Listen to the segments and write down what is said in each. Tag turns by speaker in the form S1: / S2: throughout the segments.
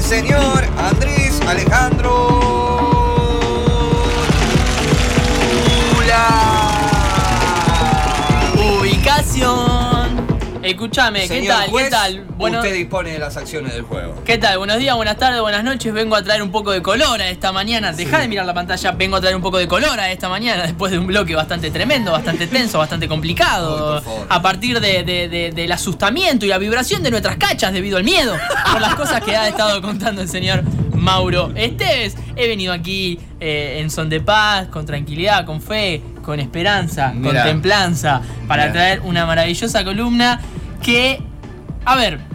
S1: señor Andrés Alejandro Tula.
S2: Ubicación. Escúchame, Eh, ¿qué
S1: Señor
S2: tal?
S1: juez,
S2: ¿Qué tal? Bueno,
S1: Usted dispone de las acciones del juego.
S2: ¿Qué tal? Buenos días, buenas tardes, buenas noches. Vengo a traer un poco de color a esta mañana. Deja de mirar la pantalla. Vengo a traer un poco de color a esta mañana después de un bloque bastante tremendo, bastante tenso, bastante complicado.
S1: Ay, por favor.
S2: a partir de- de- de- del asustamiento y la vibración de nuestras cachas debido al miedo por las cosas que ha estado contando el señor Mauro Esteves. He venido aquí eh, en son de paz, con tranquilidad, con fe, con esperanza,
S1: Mirá.
S2: con templanza, para
S1: Mirá.
S2: traer una maravillosa columna que, a ver,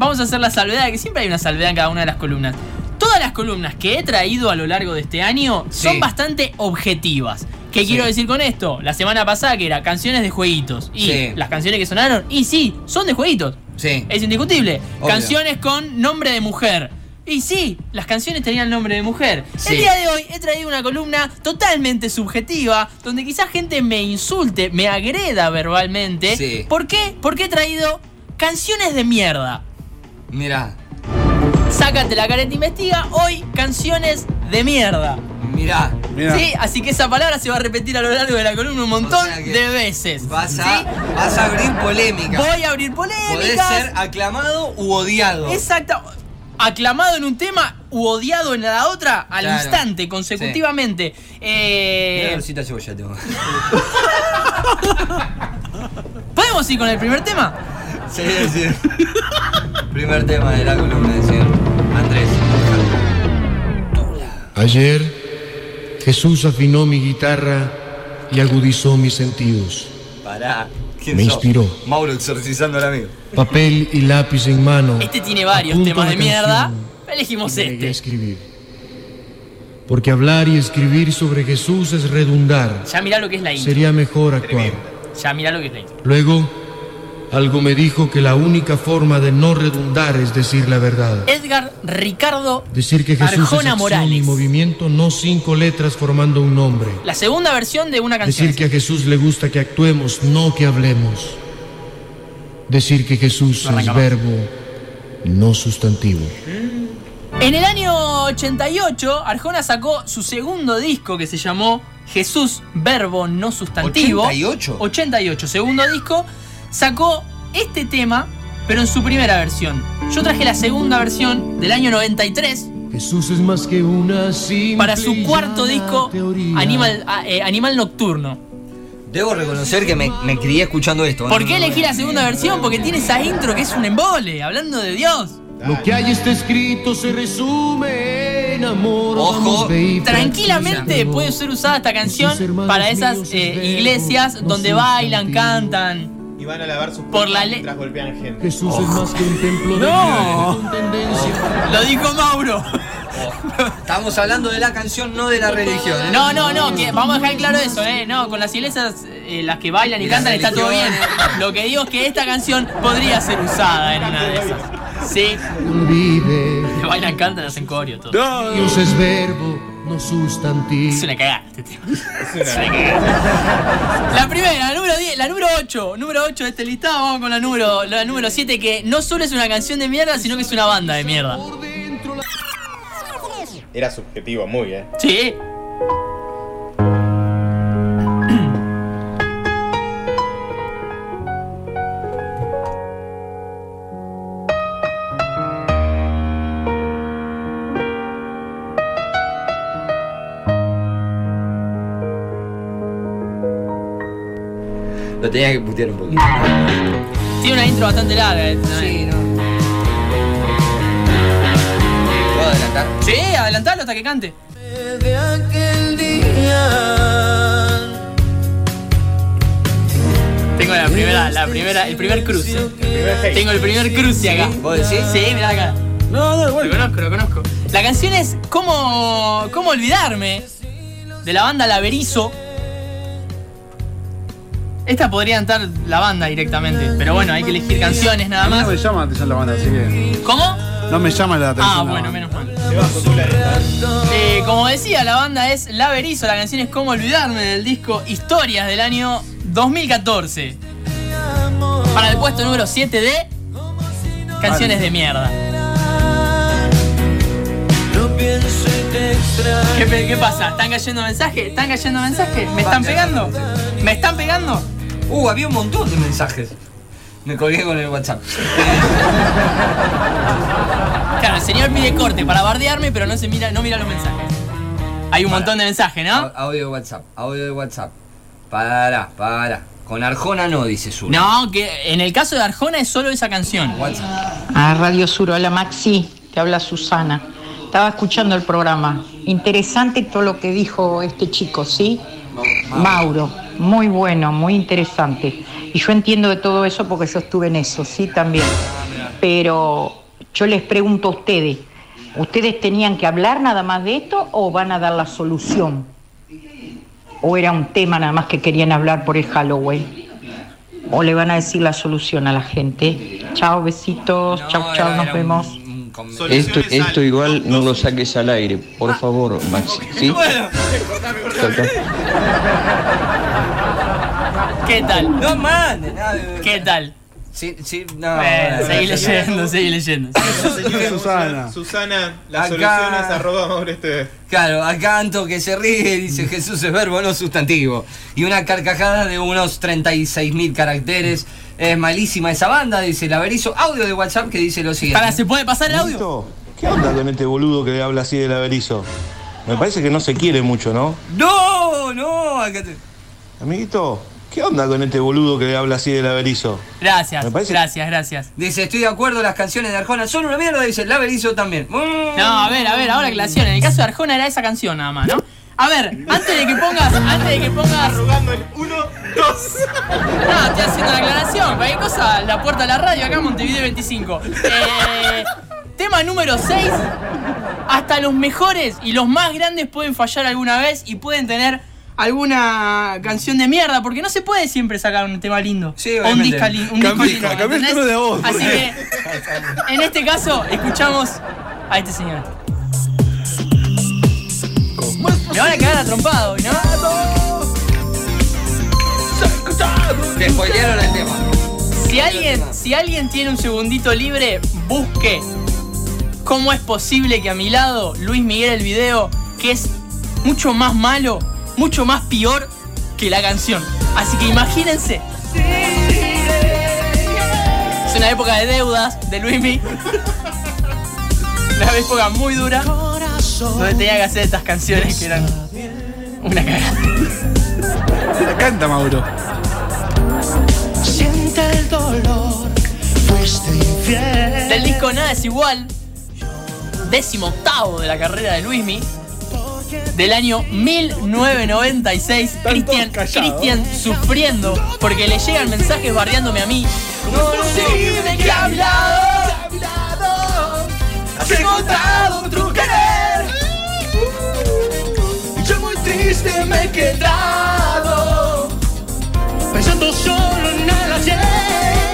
S2: Vamos a hacer la salvedad, que siempre hay una salvedad en cada una de las columnas. Todas las columnas que he traído a lo largo de este año
S1: Sí.
S2: son bastante objetivas. ¿Qué
S1: Sí.
S2: quiero decir con esto? La semana pasada que era canciones de jueguitos. Y
S1: Sí.
S2: las canciones que sonaron, y sí, son de jueguitos.
S1: Sí.
S2: Es indiscutible.
S1: Obvio.
S2: Canciones con nombre de mujer. Y sí, las canciones tenían nombre de mujer.
S1: Sí.
S2: El día de hoy he traído una columna totalmente subjetiva, donde quizás gente me insulte, me agreda verbalmente.
S1: Sí.
S2: ¿Por qué? Porque he traído canciones de mierda.
S1: Mirá,
S2: Sácate la careta e investiga hoy canciones de mierda.
S1: mirá.
S3: Mirá.
S2: ¿Sí? Así que esa palabra se va a repetir a lo largo de la columna un montón
S1: sea que
S2: de veces.
S1: Vas a,
S2: ¿sí?
S1: vas a abrir polémica.
S2: Voy a abrir
S1: Podés ser
S2: polémicas.
S1: aclamado u odiado.
S2: Exacto. Aclamado en un tema u odiado en la otra al
S1: Claro.
S2: instante, consecutivamente.
S1: Mirá la
S2: Eh,
S1: bolsita de cebolla tengo.
S2: ¿Podemos ir con el primer tema?
S1: Sí, sí. Primer tema de la columna del señor Andrés.
S4: Ayer Jesús afinó mi guitarra y agudizó mis sentidos.
S1: Pará. ¿Quién
S4: Me
S1: sos?
S4: inspiró.
S1: Mauro exorcizando al amigo.
S4: Papel y lápiz en mano.
S2: Este tiene varios
S4: apunto
S2: temas
S4: la
S2: de mierda.
S4: canción
S2: Elegimos
S4: y me negué
S2: este.
S4: a escribir. Porque hablar y escribir sobre Jesús es redundar.
S2: Ya mirá lo que es la intro.
S4: Sería mejor actuar.
S2: Ya mirá lo que es la intro.
S4: Luego, algo me dijo que la única forma de no redundar es decir la verdad.
S2: Edgar Ricardo
S4: Decir que Jesús es
S2: Eh, Arjona
S4: acción y
S2: Morales.
S4: movimiento, no cinco letras formando un nombre.
S2: La segunda versión de una canción.
S4: Decir que a Jesús le gusta que actuemos, no que hablemos. Decir que Jesús
S2: No arranca
S4: es
S2: más.
S4: verbo, no sustantivo.
S2: En el año 88, Arjona sacó su segundo disco que se llamó Jesús, verbo no sustantivo.
S1: ¿88?
S2: 88, segundo disco. Sacó este tema, pero en su primera versión. Yo traje la segunda versión del año 93
S4: Jesús es más que una simple
S2: para su cuarto
S4: y llana
S2: disco
S4: teoría.
S2: Animal, ah, eh, Animal Nocturno.
S1: Debo reconocer que me, me crié escuchando esto.
S2: ¿Por
S1: No,
S2: qué
S1: no, no,
S2: elegí
S1: no.
S2: la segunda versión? Porque tiene esa intro que es un embole, hablando de Dios.
S4: Lo que hay está escrito se resume en amor.
S1: Ojo,
S4: Vamos, ve y
S2: Tranquilamente pues.
S4: practícalo.
S2: puede ser usada esta canción para esas eh, iglesias donde bailan, cantan.
S3: Y van a lavar sus
S2: Por la
S3: putas
S2: le-
S3: mientras golpean gente.
S4: Jesús es más que un templo
S2: No.
S4: de piedra con tendencia.
S2: Lo dijo Mauro.
S1: Estamos hablando de la canción, no de la religión. ¿eh?
S2: No, no, no, que vamos a dejar claro eso, ¿eh? No, con las iglesias, eh, las que bailan y
S1: Y las
S2: cantan está todo bien.
S1: religiones.
S2: Lo que digo es que esta canción podría ser usada en una de esas. Sí,
S4: Olvide.
S2: que bailan, cantan, hacen coreo, todo.
S4: Dios es verbo, no
S2: Es
S4: sustantivo.
S2: una cagada este tema. Es una cagada. La primera, la número 10, la número 8, número 8 de este listado, vamos con la número, la número 7, que no solo es una canción de mierda, sino que es una banda de mierda.
S3: Era subjetivo, muy, eh.
S2: Sí.
S1: Lo tenía que putear un poquito.
S2: Tiene una intro bastante larga. eh, esta, ¿no?
S1: Sí, no. ¿Puedo adelantar?
S2: Sí, adelantalo hasta que cante.
S5: Desde aquel día,
S2: Tengo la primera, la primera, el primer cruce.
S3: Primer hate.
S2: Tengo el primer cruce acá.
S1: ¿Vos decís?
S2: Sí, mirá acá.
S5: no de
S2: Lo conozco, lo conozco. La canción es ¿Cómo, cómo olvidarme? De la banda Laberizo. Esta podría entrar la banda directamente, pero bueno, hay que elegir canciones nada
S6: A mí
S2: más.
S6: no me llama la atención la banda, así que.
S2: ¿Cómo?
S6: No me llama la atención.
S2: Ah,
S6: la
S2: bueno,
S6: banda.
S2: menos mal. Eh, como decía, la banda es Laberizo, la canción es Cómo olvidarme del disco Historias del año 2014. Para el puesto número 7 de Canciones de mierda. ¿Qué, pe- qué pasa? ¿Están cayendo mensajes? ¿Están cayendo mensajes? ¿Me están pegando? ¿Me están pegando?
S1: Uh, había un montón de mensajes. Me colgué con el WhatsApp.
S2: Claro, el señor pide corte para bardearme, pero no se mira, no mira los mensajes. Hay un montón de mensajes, ¿no?
S1: Au- Audio de WhatsApp, audio de WhatsApp. Para, para. Con Arjona no, dice Sur.
S2: No, que en el caso de Arjona es solo esa canción.
S1: WhatsApp.
S7: A Radio Sur, hola Maxi, te habla Susana. Estaba escuchando el programa. Interesante todo lo que dijo este chico, ¿sí? Mauro, muy bueno, muy interesante. Y yo entiendo de todo eso porque yo estuve en eso, ¿sí? También.
S1: Ah,
S7: Pero yo les pregunto a ustedes, ¿ustedes tenían que hablar nada más de esto o van a dar la solución? ¿O era un tema nada más que querían hablar por el Halloween? o le van a decir la solución a la gente. Chao, besitos,
S1: No,
S7: chao,
S1: era-
S7: chao, nos
S1: era un-
S7: vemos.
S1: un conven-
S8: Esto, esto igual no lo saques al aire,
S9: Ah.
S8: por favor, Maxi. ¿sí? Toca.
S2: ¿Qué tal?
S1: No mande, nada.
S2: ¿Qué tal?
S1: Sí, sí, no.
S2: Eh,
S1: no,
S2: seguí
S1: no,
S2: leyendo, seguí leyendo.
S6: Susana.
S3: Susana, la
S1: Acá.
S3: solución es arroba Mauro TV.
S1: Claro, acá Anto que se ríe dice
S2: Mm.
S1: Jesús es verbo, no sustantivo. Y una carcajada de unos 36.000 caracteres. Es malísima esa banda, dice el averizo. Audio de WhatsApp que dice lo siguiente.
S2: Para, ¿se puede pasar el audio?
S9: ¿Qué onda con este boludo que habla así del averizo? Me parece que no se quiere mucho, ¿no?
S1: No, no, acá te-
S9: Amiguito, ¿qué onda con este boludo que habla así del averizo?
S2: Gracias,
S9: Me parece-
S2: gracias, gracias.
S1: Dice, estoy de acuerdo, las canciones de Arjona son una mierda, dice el averizo también. Mm.
S2: No, a ver, a ver, ahora aclaración. En el caso de Arjona era esa canción nada más, ¿no? A ver, antes de que pongas, antes de que pongas.
S3: Jugando el 1, 2.
S2: No, estoy haciendo la aclaración. Cualquier cosa, la puerta de la radio acá en Montevideo 25. Eh, tema número 6. Hasta los mejores y los más grandes pueden fallar alguna vez y pueden tener alguna canción de mierda, porque no se puede siempre sacar un tema lindo.
S1: Sí,
S2: o un,
S1: obviamente.
S2: disca li- un disco
S6: Cambia-
S2: lindo.
S6: cambia el
S2: ¿entendés?
S6: tono de voz,
S2: Así que,
S6: porque-
S2: en este caso, escuchamos a este señor. Me van a quedar atrompado, ¿no?
S1: Te spoilearon el tema.
S2: Si alguien, si alguien tiene un segundito libre, busque cómo es posible que a mi lado Luis Miguel el video, que es mucho más malo, mucho más peor que la canción. Así que imagínense. Es una época de deudas de Luis Miguel. Una época muy dura. Donde tenía que hacer estas canciones que eran una cagada.
S6: La canta Mauro.
S5: Siente el dolor, fuiste infiel.
S2: Del disco Nada es igual, décimo octavo de la carrera de Luismi, del año 1996.
S6: todos
S2: Cristian
S6: callados.
S2: Cristian sufriendo porque le llegan mensajes bardeándome a mí. No es posible que he hablado, has encontrado otro querer.
S5: Yo muy triste me he quedado. Pensando solo en el ayer.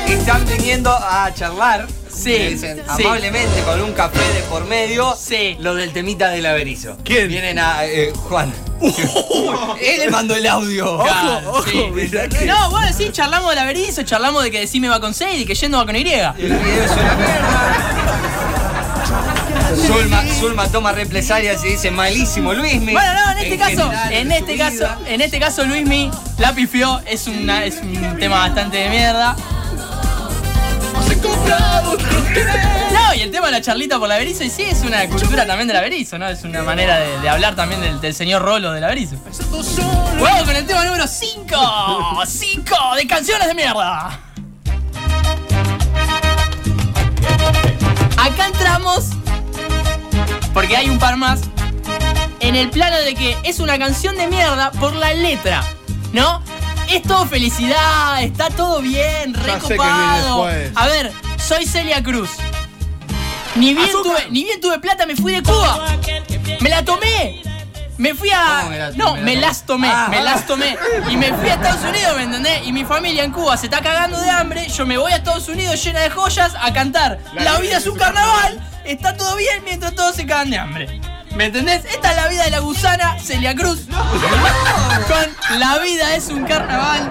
S1: Están viniendo a charlar.
S2: Sí,
S1: le dicen,
S2: sí.
S1: Amablemente, con un café de por medio.
S2: Sí.
S1: Lo del temita del averizo.
S6: ¿Quién?
S1: Vienen a. eh, Juan. Él le mandó el audio.
S2: Claro,
S6: ojo,
S2: sí.
S6: mirá que-
S2: No, bueno, sí, charlamos de la Berizo, charlamos de que decime va con 6 y que yendo va con Y.
S1: El video es una mierda. Zulma, Zulma toma represalias y dice malísimo Luismi.
S2: Bueno, no, en este caso,
S1: general,
S2: en
S1: su
S2: este caso,
S1: vida.
S2: en este caso Luismi la pifió, es una es un tema bastante de mierda. No, y el tema de la charlita por la Berizo, y sí, es una cultura también de la Berizo, ¿no? Es una manera de, de hablar también del, del señor Rolo de la Berizo. ¡Vamos con el tema número 5! ¡5 de canciones de mierda! Acá entramos, porque hay un par más, en el plano de que es una canción de mierda por la letra, ¿no? Es todo felicidad, está todo bien,
S6: Ya sé que
S2: recopado.
S6: viene después.
S2: A ver, soy Celia Cruz. Ni bien, tuve, ni bien tuve plata, me fui de Cuba. Me la tomé. Me fui
S1: ¿Cómo me
S2: a.
S1: la-
S2: No,
S1: me la
S2: me
S1: tomé?
S2: las tomé.
S1: Ah.
S2: Me las tomé. Y me fui a Estados Unidos, ¿me entendés? Y mi familia en Cuba se está cagando de hambre. Yo me voy a Estados Unidos llena de joyas a cantar. La vida es un carnaval. Está todo bien mientras todos se cagan de hambre. ¿Me entendés? Esta es la vida de la gusana Celia Cruz. Con La vida es un carnaval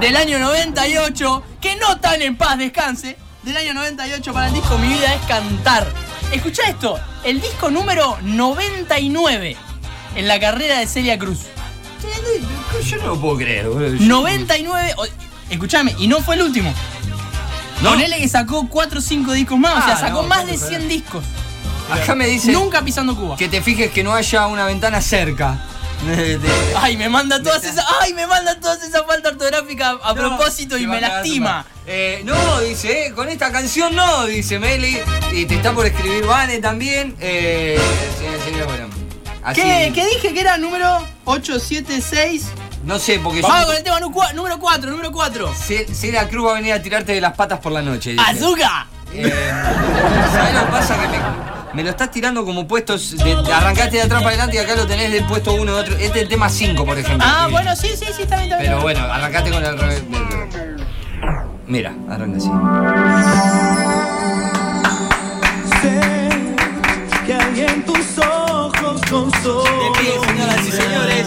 S2: del año 98, que no tan en paz descanse, del año 98 para el disco Mi vida es cantar. Escucha esto, el disco número 99 en la carrera de Celia Cruz.
S1: Yo no lo puedo creer, boludo.
S2: 99. o- Escuchame, y no fue el último.
S1: No.
S2: Ponele que sacó 4 o 5 discos más, o
S1: Ah,
S2: sea, sacó
S1: no,
S2: más
S1: no,
S2: de
S1: no.
S2: 100 discos.
S1: Acá me dice
S2: Nunca pisando Cuba.
S1: que te fijes que no haya una ventana cerca. De- de-
S2: Ay, me manda todas esas. Ay, me manda todas esas faltas ortográficas a propósito y
S1: Se va
S2: me
S1: a cagar tu
S2: lastima.
S1: madre. Eh, no, dice, eh, con esta canción no, dice Meli. Y te está por escribir Vane también. Eh, sí, sí, bueno, así.
S2: ¿Qué, ¿Qué dije que era número 876?
S1: No sé, porque yo.
S2: Vamos con el tema nu- cua- número 4, número 4.
S1: Se- Celia Cruz va a venir a tirarte de las patas por la noche. dice.
S2: ¡Azúcar!
S1: Eh, ¿Sabés lo que pasa? Que me, me lo estás tirando como puestos. de- de- arrancaste de atrás para adelante y acá lo tenés de puesto uno de otro. Este es el tema 5, por ejemplo.
S2: Ah,
S1: Sí.
S2: bueno, sí, sí, sí, está bien, está bien.
S1: Pero bueno, arrancaste con el. re- de- de- Mira, arranca así.
S5: Sé que hay en tus ojos con
S1: De
S5: sol.
S1: pie, señoras y señores.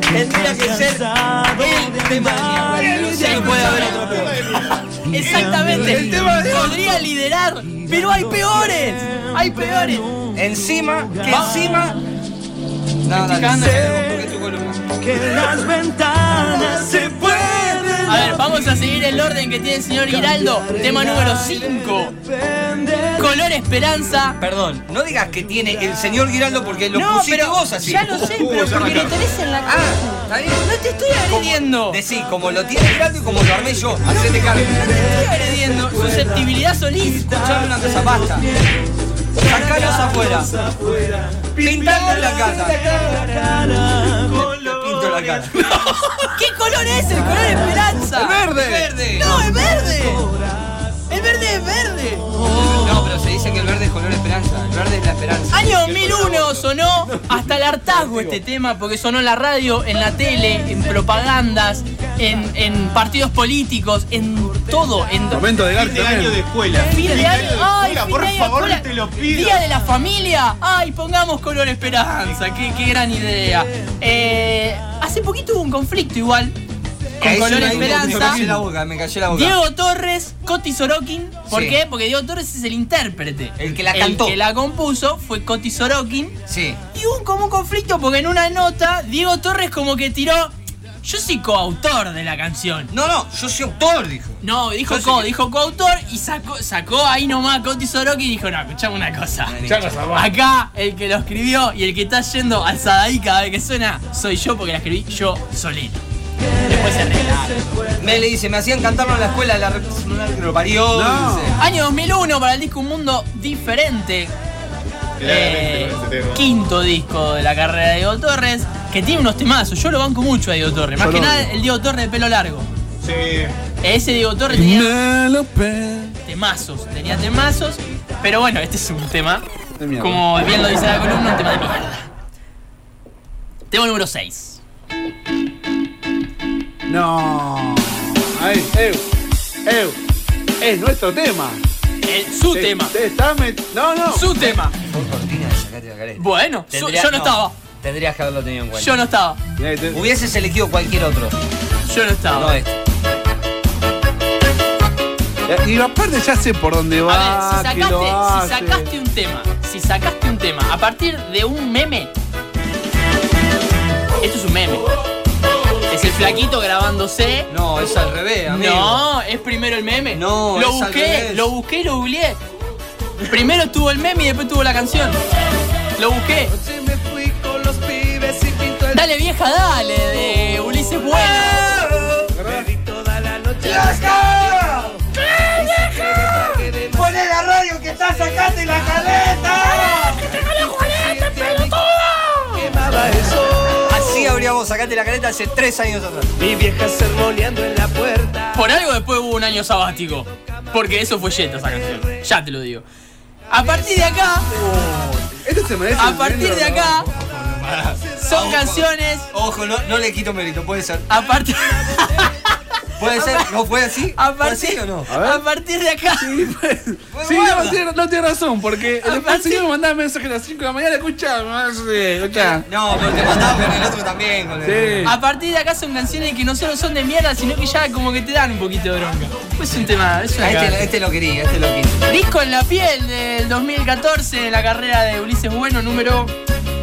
S1: Tendría que ser el tema de mi abuelo. Ya no puede haber otro peor.
S2: Exactamente. Podría liderar, pero hay peores. Hay peores.
S1: Encima, que encima. No, dale, porque es tu columna.
S5: Que las ventanas se pueden.
S2: A ver, vamos a seguir el orden que tiene el señor Giraldo. Tema número 5. Color Esperanza.
S1: Perdón, no digas que tiene el señor Giraldo porque lo
S2: No,
S1: pusiste
S2: pero
S1: vos así.
S2: ya lo sé,
S3: Uh,
S2: pero
S3: ya
S2: porque lo
S3: arrancaron.
S2: tenés en la
S1: Ah,
S2: cara.
S1: está bien.
S2: No te estoy agrediendo.
S1: Decí, como lo tiene Giraldo y como lo armé yo. Hacete cargo.
S2: No te estoy agrediendo. Susceptibilidad solís.
S1: Escuchame una cosa, basta. Sacalos afuera. Pintando la casa. Pinto la cara.
S2: ¿Qué color es el color Esperanza?
S1: ¡Es verde! verde!
S2: No, es verde. El verde es verde.
S1: No, pero se dice que el verde es color esperanza. El verde es la esperanza.
S2: Año 2001 sonó hasta el hartazgo este tema, porque sonó en la radio, en la tele, en propagandas, en, en partidos políticos, en todo. En
S6: Momento de
S3: Fin
S6: arte
S3: de año de
S6: también.
S3: escuela.
S2: Fin de año, ay, fin
S3: por
S2: de año,
S3: favor,
S2: escuela,
S3: te lo pido.
S2: Día de la familia, ay, pongamos color esperanza, qué, qué gran idea. Eh, hace poquito hubo un conflicto igual, con
S1: Ahí
S2: color
S1: se me- Me
S2: esperanza.
S1: cayó la boca, me cayó la boca.
S2: Diego Torres, Coti Sorokin. ¿Por
S1: Sí.
S2: qué? Porque Diego Torres es el intérprete.
S1: El que la cantó.
S2: El que la compuso fue Coti Sorokin.
S1: Sí.
S2: Y hubo como un conflicto porque en una nota Diego Torres como que tiró. Yo soy coautor de la canción.
S1: No, no, yo soy autor, dijo.
S2: No, dijo
S1: Yo soy
S2: co,
S1: que-
S2: dijo coautor y sacó, sacó ahí nomás a Coti Sorokin y dijo, no, escuchame una cosa.
S1: Ya lo
S2: Acá el que lo escribió y el que está yendo al Sadaí cada vez que suena soy yo porque la escribí yo solito. Después se arregla.
S1: Me le dice, me hacían cantarlo en la escuela, la representada que lo parió.
S6: No.
S1: dice.
S2: Año 2001 para el disco Un Mundo Diferente.
S3: Claramente,
S2: Eh,
S3: con ese tema.
S2: quinto disco de la carrera de Diego Torres, que tiene unos temazos. Yo lo banco mucho a Diego Torres. Más
S6: Yo
S2: que
S6: lo
S2: nada
S6: banco.
S2: el Diego Torres de pelo largo.
S3: Sí.
S2: Ese Diego Torres tenía temazos, tenía temazos. Pero bueno, este es un tema.
S6: De mierda.
S2: Como bien lo dice la columna, un tema de mierda. Tema número 6.
S6: No. Ahí, Eu. Eu. Es nuestro tema.
S2: Eh, su
S6: Te-
S2: tema.
S6: Te está met... No, no.
S2: Su tema.
S1: Vos, Cortina, sacate la careta.
S2: Bueno, su-
S1: Tendría-
S2: yo no estaba.
S1: Tendrías que haberlo tenido en cuenta.
S2: Yo no estaba.
S6: Mirá que te-
S1: Hubieses elegido cualquier otro.
S2: Yo no estaba.
S1: No este.
S6: eh, Y aparte ya sé por dónde va.
S2: A ver, si
S6: que lo
S2: sacaste, si
S6: hace.
S2: sacaste un tema, si sacaste un tema a partir de un meme, esto es un meme. Es el flaquito grabándose.
S1: No, es al revés, amigo.
S2: No, es primero el meme.
S1: No,
S2: lo
S1: es al
S2: busqué,
S1: revés.
S2: lo busqué, y lo googleé. Primero estuvo el meme y después tuvo la canción. Lo busqué. Dale vieja, dale, de Ulises Bueno.
S1: ¡Poné la radio que está sacando la careta! Así habría vos, sacate la careta hace tres años atrás.
S5: Mi vieja sermoneando en la puerta.
S2: Por algo después hubo un año sabático. Porque eso fue Jetta esa canción. Ya te lo digo. A partir de acá,
S6: Este se merece
S2: a
S6: un
S2: partir de
S6: premio,
S2: acá, son canciones.
S1: Ojo, no, no le quito mérito, puede ser.
S2: A partir.
S1: ¿Puede ser? ¿No fue así?
S2: A
S1: ¿Fue
S2: partir,
S1: así o no?
S6: ver.
S2: a partir de acá.
S6: Sí, no, tiene, no tiene razón, porque después
S2: Aparte-
S6: si me mandaba mensaje a las 5 de la mañana, escucha, no sé, escucha.
S1: No, pero te mandaba con el otro también. Con el...
S6: Sí.
S2: A partir de acá son canciones que no solo son de mierda, sino que ya como que te dan un poquito de bronca. Es un tema, es una
S1: Ah,
S2: cagada.
S1: Este, este lo quería, este lo quería.
S2: Disco en la piel del 2014 de la carrera de Ulises Bueno, número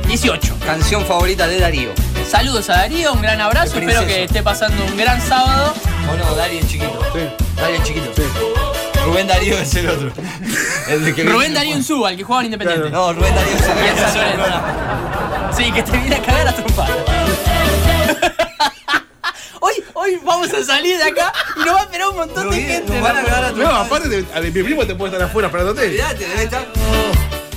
S2: 18.
S1: Canción favorita de Darío.
S2: Saludos a Darío, un gran abrazo,
S1: El
S2: espero
S1: princeso.
S2: que esté pasando un gran sábado.
S1: ¿O no? Darío en chiquito.
S6: Sí.
S1: Darío en chiquito. Rubén Darío es el otro. El de que
S2: Rubén Darío Unzúa, el que jugaba en Independiente.
S1: No, Rubén Darío es el
S2: Y esa
S1: otro.
S2: Sí, que te viene a cagar a trompar. hoy, hoy vamos a salir de acá y nos va a esperar un montón de
S1: Rubén,
S2: gente.
S1: nos van a grabar a tu
S6: No, aparte, de, a de mi primo te puede estar afuera esperándote.
S1: Mirate, debe estar.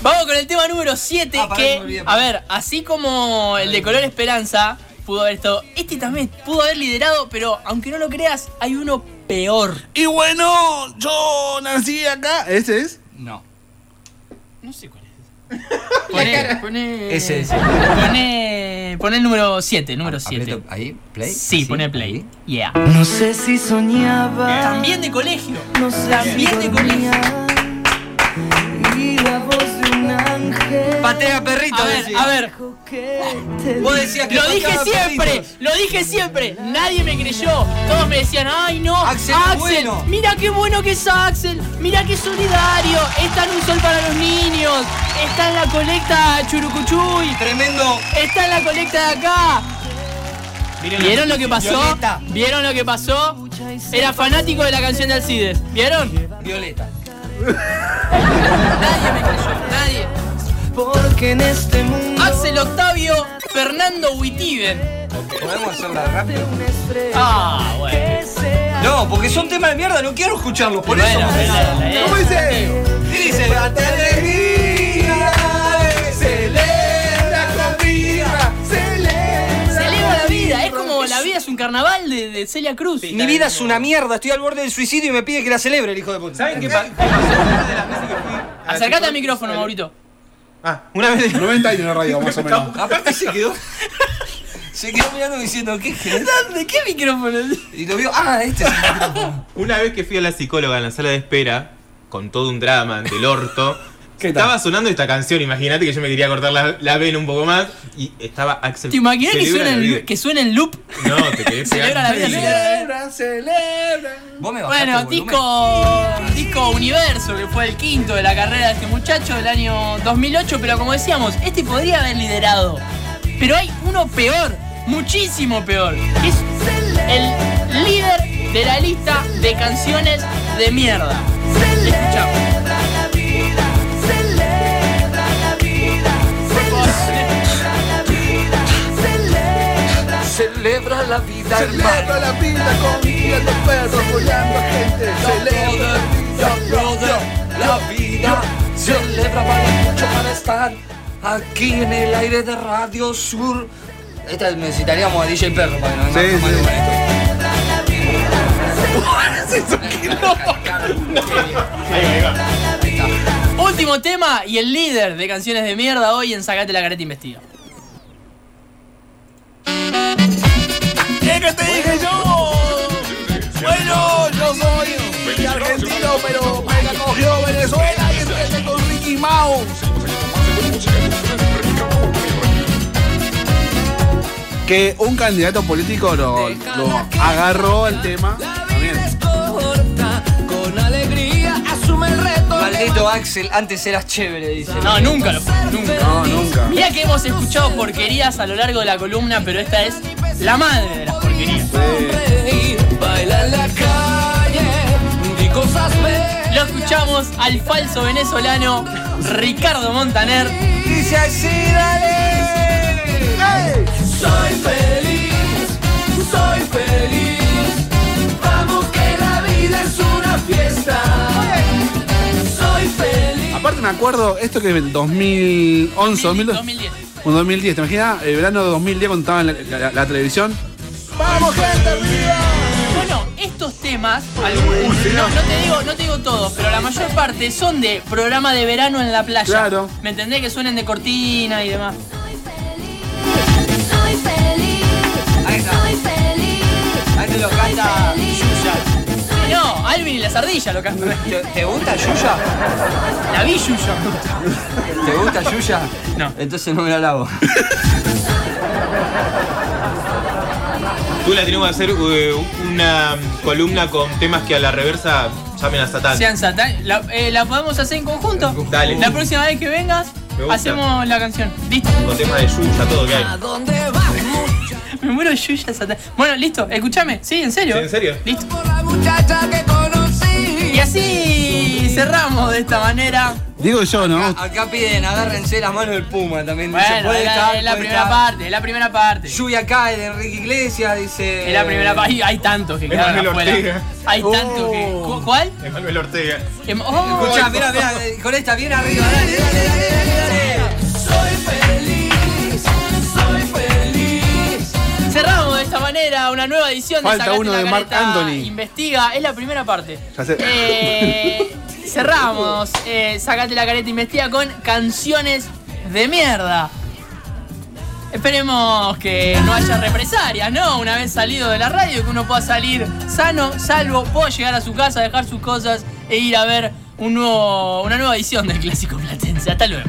S2: Vamos con el tema número 7,
S1: Ah, pará, me
S2: que,
S1: olvidé.
S2: a ver, así como el de Color Esperanza pudo haber estado, este también pudo haber liderado, pero aunque no lo creas, hay uno peor.
S6: Y bueno, yo nací acá. ¿Ese es?
S1: No.
S2: No sé cuál es. Poné, poné,
S1: Ese es.
S2: Poné, poné el número 7, número 7.
S1: Aprieto Ahí, play. Ah,
S2: Sí, poné play.
S1: ahí.
S2: Yeah.
S5: No sé si soñaba,
S2: También de colegio.
S5: no sé
S2: También de
S5: si
S2: colegio.
S5: dormía, y la voz de un ángel
S1: Patea perrito,
S2: A ver,
S1: decía.
S2: a ver,
S5: dijo que te
S1: Vos decías que
S2: Lo
S1: pateaba
S2: dije siempre,
S1: perritos.
S2: lo dije siempre. Nadie me creyó. Todos me decían, ay no,
S1: Axel
S2: Axel,
S1: es bueno".
S2: mira qué bueno que es Axel, mira qué solidario. Está en un sol para los niños, está en la colecta Churucuchuy,
S1: Tremendo.
S2: está en la colecta de acá. ¿Vieron lo que pasó?
S1: Violeta.
S2: ¿Vieron lo que pasó? Era fanático de la canción de Alcides. ¿Vieron?
S1: Violeta.
S2: Nadie me creyó, nadie.
S5: porque en este mundo
S2: Axel Octavio Fernando Huitiven.
S1: ¿Podemos hacerla rápido?
S5: una estrella
S2: Ah, bueno.
S5: que sea
S1: No, porque son temas de mierda, no quiero escucharlos. Por eso.
S2: Bueno,
S1: me-
S2: bueno, eh.
S6: ¿Cómo dice?
S1: Dice.
S6: Celebra comida, celebra.
S2: Celebra la vida, es como la vida es un carnaval de, de Celia Cruz.
S1: Mi vida es una mierda, estoy al borde del suicidio y me pide que la celebre el hijo de puta.
S3: ¿Saben qué pa- qué pasó una de las veces que fui a la
S2: Acercate al
S3: psico-
S2: micrófono, Maurito.
S3: Ah, una vez.
S6: 90 años de radio, más o menos.
S1: Aparte se quedó. Se quedó mirando diciendo, ¿qué es?
S2: ¿De qué micrófono?
S1: Y lo vio, ah, este es el micrófono.
S3: Una vez que fui a la psicóloga en la sala de espera, con todo un drama del orto,
S6: ¿Qué tal?
S3: estaba sonando esta canción, imagínate que yo me quería cortar la, la vena un poco más, y estaba Axel.
S2: ¿Te imaginas que
S3: Celebra
S2: suena,
S3: la vida.
S2: en, que suena en loop?
S3: No, te quedé
S2: Celebra la vida,
S3: pegando.
S2: celebra la vida.
S6: Celebra, celebra.
S1: Vos me bajaste
S2: Bueno,
S1: el volumen.
S2: disco, disco Universo, que fue el quinto de la carrera de este muchacho del año 2008, pero como decíamos, este podría haber liderado. Pero hay uno peor, muchísimo peor, que es el líder de la lista de canciones de mierda. Escuchamos.
S1: Celebra la vida, hermano.
S6: Celebra la vida comiendo perros, follando a gente. Celebra la vida,
S1: brother, la vida celebra para mucho para estar aquí en el aire de Radio Sur. Esta necesitaríamos a DJ Perro para que nos
S6: Sí,
S1: haga
S6: sí.
S1: con esto.
S2: Último tema y el líder de canciones de mierda hoy en Sacate la careta investiga.
S6: ¿Qué que te dije yo? Bueno, yo soy argentino, pero me la cogió Venezuela y empecé con Ricky Mao. Que un candidato político lo, lo agarró el tema. También.
S5: corta, con alegría asume el reto.
S1: Maldito Axel, antes eras chévere, dice.
S2: No, nunca lo nunca.
S6: No, nunca.
S2: Mira que hemos escuchado porquerías a lo largo de la columna, pero esta es la madre de las porquerías.
S5: Sonreír, baila en la calle, di cosas bellas.
S2: Lo escuchamos al falso venezolano Ricardo Montaner.
S1: Dice así, dale.
S5: Soy feliz, soy feliz. Vamos que la vida es una fiesta. Soy feliz.
S6: Aparte me acuerdo, esto que es del 2011, 2012.
S2: 2010.
S6: Un 2010, ¿te imaginas? El verano de 2010 cuando estaba en la, la- la televisión. ¡Vamos, gente, arriba!
S2: Bueno, estos temas, algunos, no, no te digo, no te digo todos, pero la mayor parte son de programa de verano en la playa.
S6: Claro.
S2: ¿Me entendés? Que suenen de cortina y demás.
S10: Soy feliz,
S1: Ahí está.
S10: soy feliz.
S1: Ahí te lo canta
S2: las ardillas, lo que
S1: ¿Te, te gusta Yuya?
S2: La vi, Yuya.
S1: ¿Te gusta Yuya?
S2: No.
S1: Entonces no me la lavo.
S3: Tú la tenemos que hacer eh, una columna con temas que a la reversa llamen a Satán.
S2: Sean satán. La, eh, ¿la podemos hacer en conjunto.
S3: Ah. Dale.
S2: La próxima vez que vengas,
S3: Me gusta.
S2: hacemos la canción. Listo.
S3: Con temas de Yuya, todo que hay.
S2: Me muero de Yuya Satán. Bueno, listo. Escúchame. Sí, en serio.
S3: Sí, ¿En serio?
S2: Listo. Y así cerramos de esta manera.
S10: Digo yo, ¿no?
S1: Acá piden, agárrense las manos del Puma también. dice,
S2: Bueno,
S1: puede
S2: es la,
S1: estar,
S2: es la
S1: puede
S2: primera
S1: estar.
S2: parte, es la primera parte.
S1: Lluvia cae de Enrique Iglesias, dice.
S2: Es la
S3: eh,
S2: primera parte. Hay, hay tantos que quedaron
S3: Emanuel
S2: afuera.
S3: Ortega.
S2: Hay tantos que.
S3: Oh.
S2: ¿cu- ¿Cuál?
S3: Emanuel Ortega.
S2: Em- oh.
S1: Escucha, mira, mira, con esta bien arriba, dale, dale, dale, dale, dale.
S2: Cerramos de esta manera una nueva edición
S10: Falta
S2: de Sacate
S10: uno
S2: la
S10: de Marc
S2: Careta
S10: Anthony.
S2: Investiga, es la primera parte.
S10: Ya sé.
S2: Eh, cerramos eh, Sacate la careta investiga con canciones de mierda. Esperemos que no haya represalias, ¿no? Una vez salido de la radio, que uno pueda salir sano, salvo, pueda llegar a su casa, dejar sus cosas e ir a ver un nuevo, una nueva edición del Clásico Platense. Hasta luego.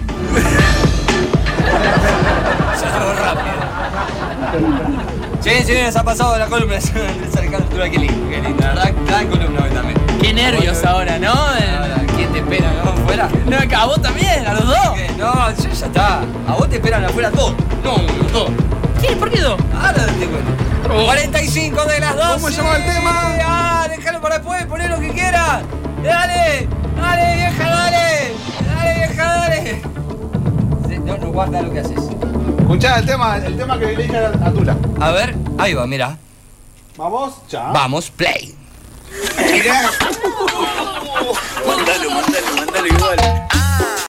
S1: Sí, sí, se ha pasado la columna. Se ha altura, qué lindo, qué lindo. La verdad, cada columna hoy también.
S2: Qué nervios ahora, ¿no? Eh,
S1: Ahora, ¿Quién te espera, no? ¿Fuera?
S2: No, a vos también, a los dos.
S1: ¿Qué? No, yo ya está. A vos te esperan afuera todos. No, uno, dos.
S2: ¿Qué? ¿Por qué dos?
S1: Ahora te cuento. 45 de las 12.
S10: ¿Cómo se llama el tema?
S1: Ah, déjalo para después, poné lo que quieras. Dale, dale, vieja, dale. Dale, vieja, dale. Se- No, no guarda lo que haces.
S10: Escuchá el tema, el tema que le dije a a Tula.
S1: A ver, ahí va, mira.
S10: Vamos, ya.
S1: Vamos, play.
S6: Mandalo, mandalo, mandalo igual.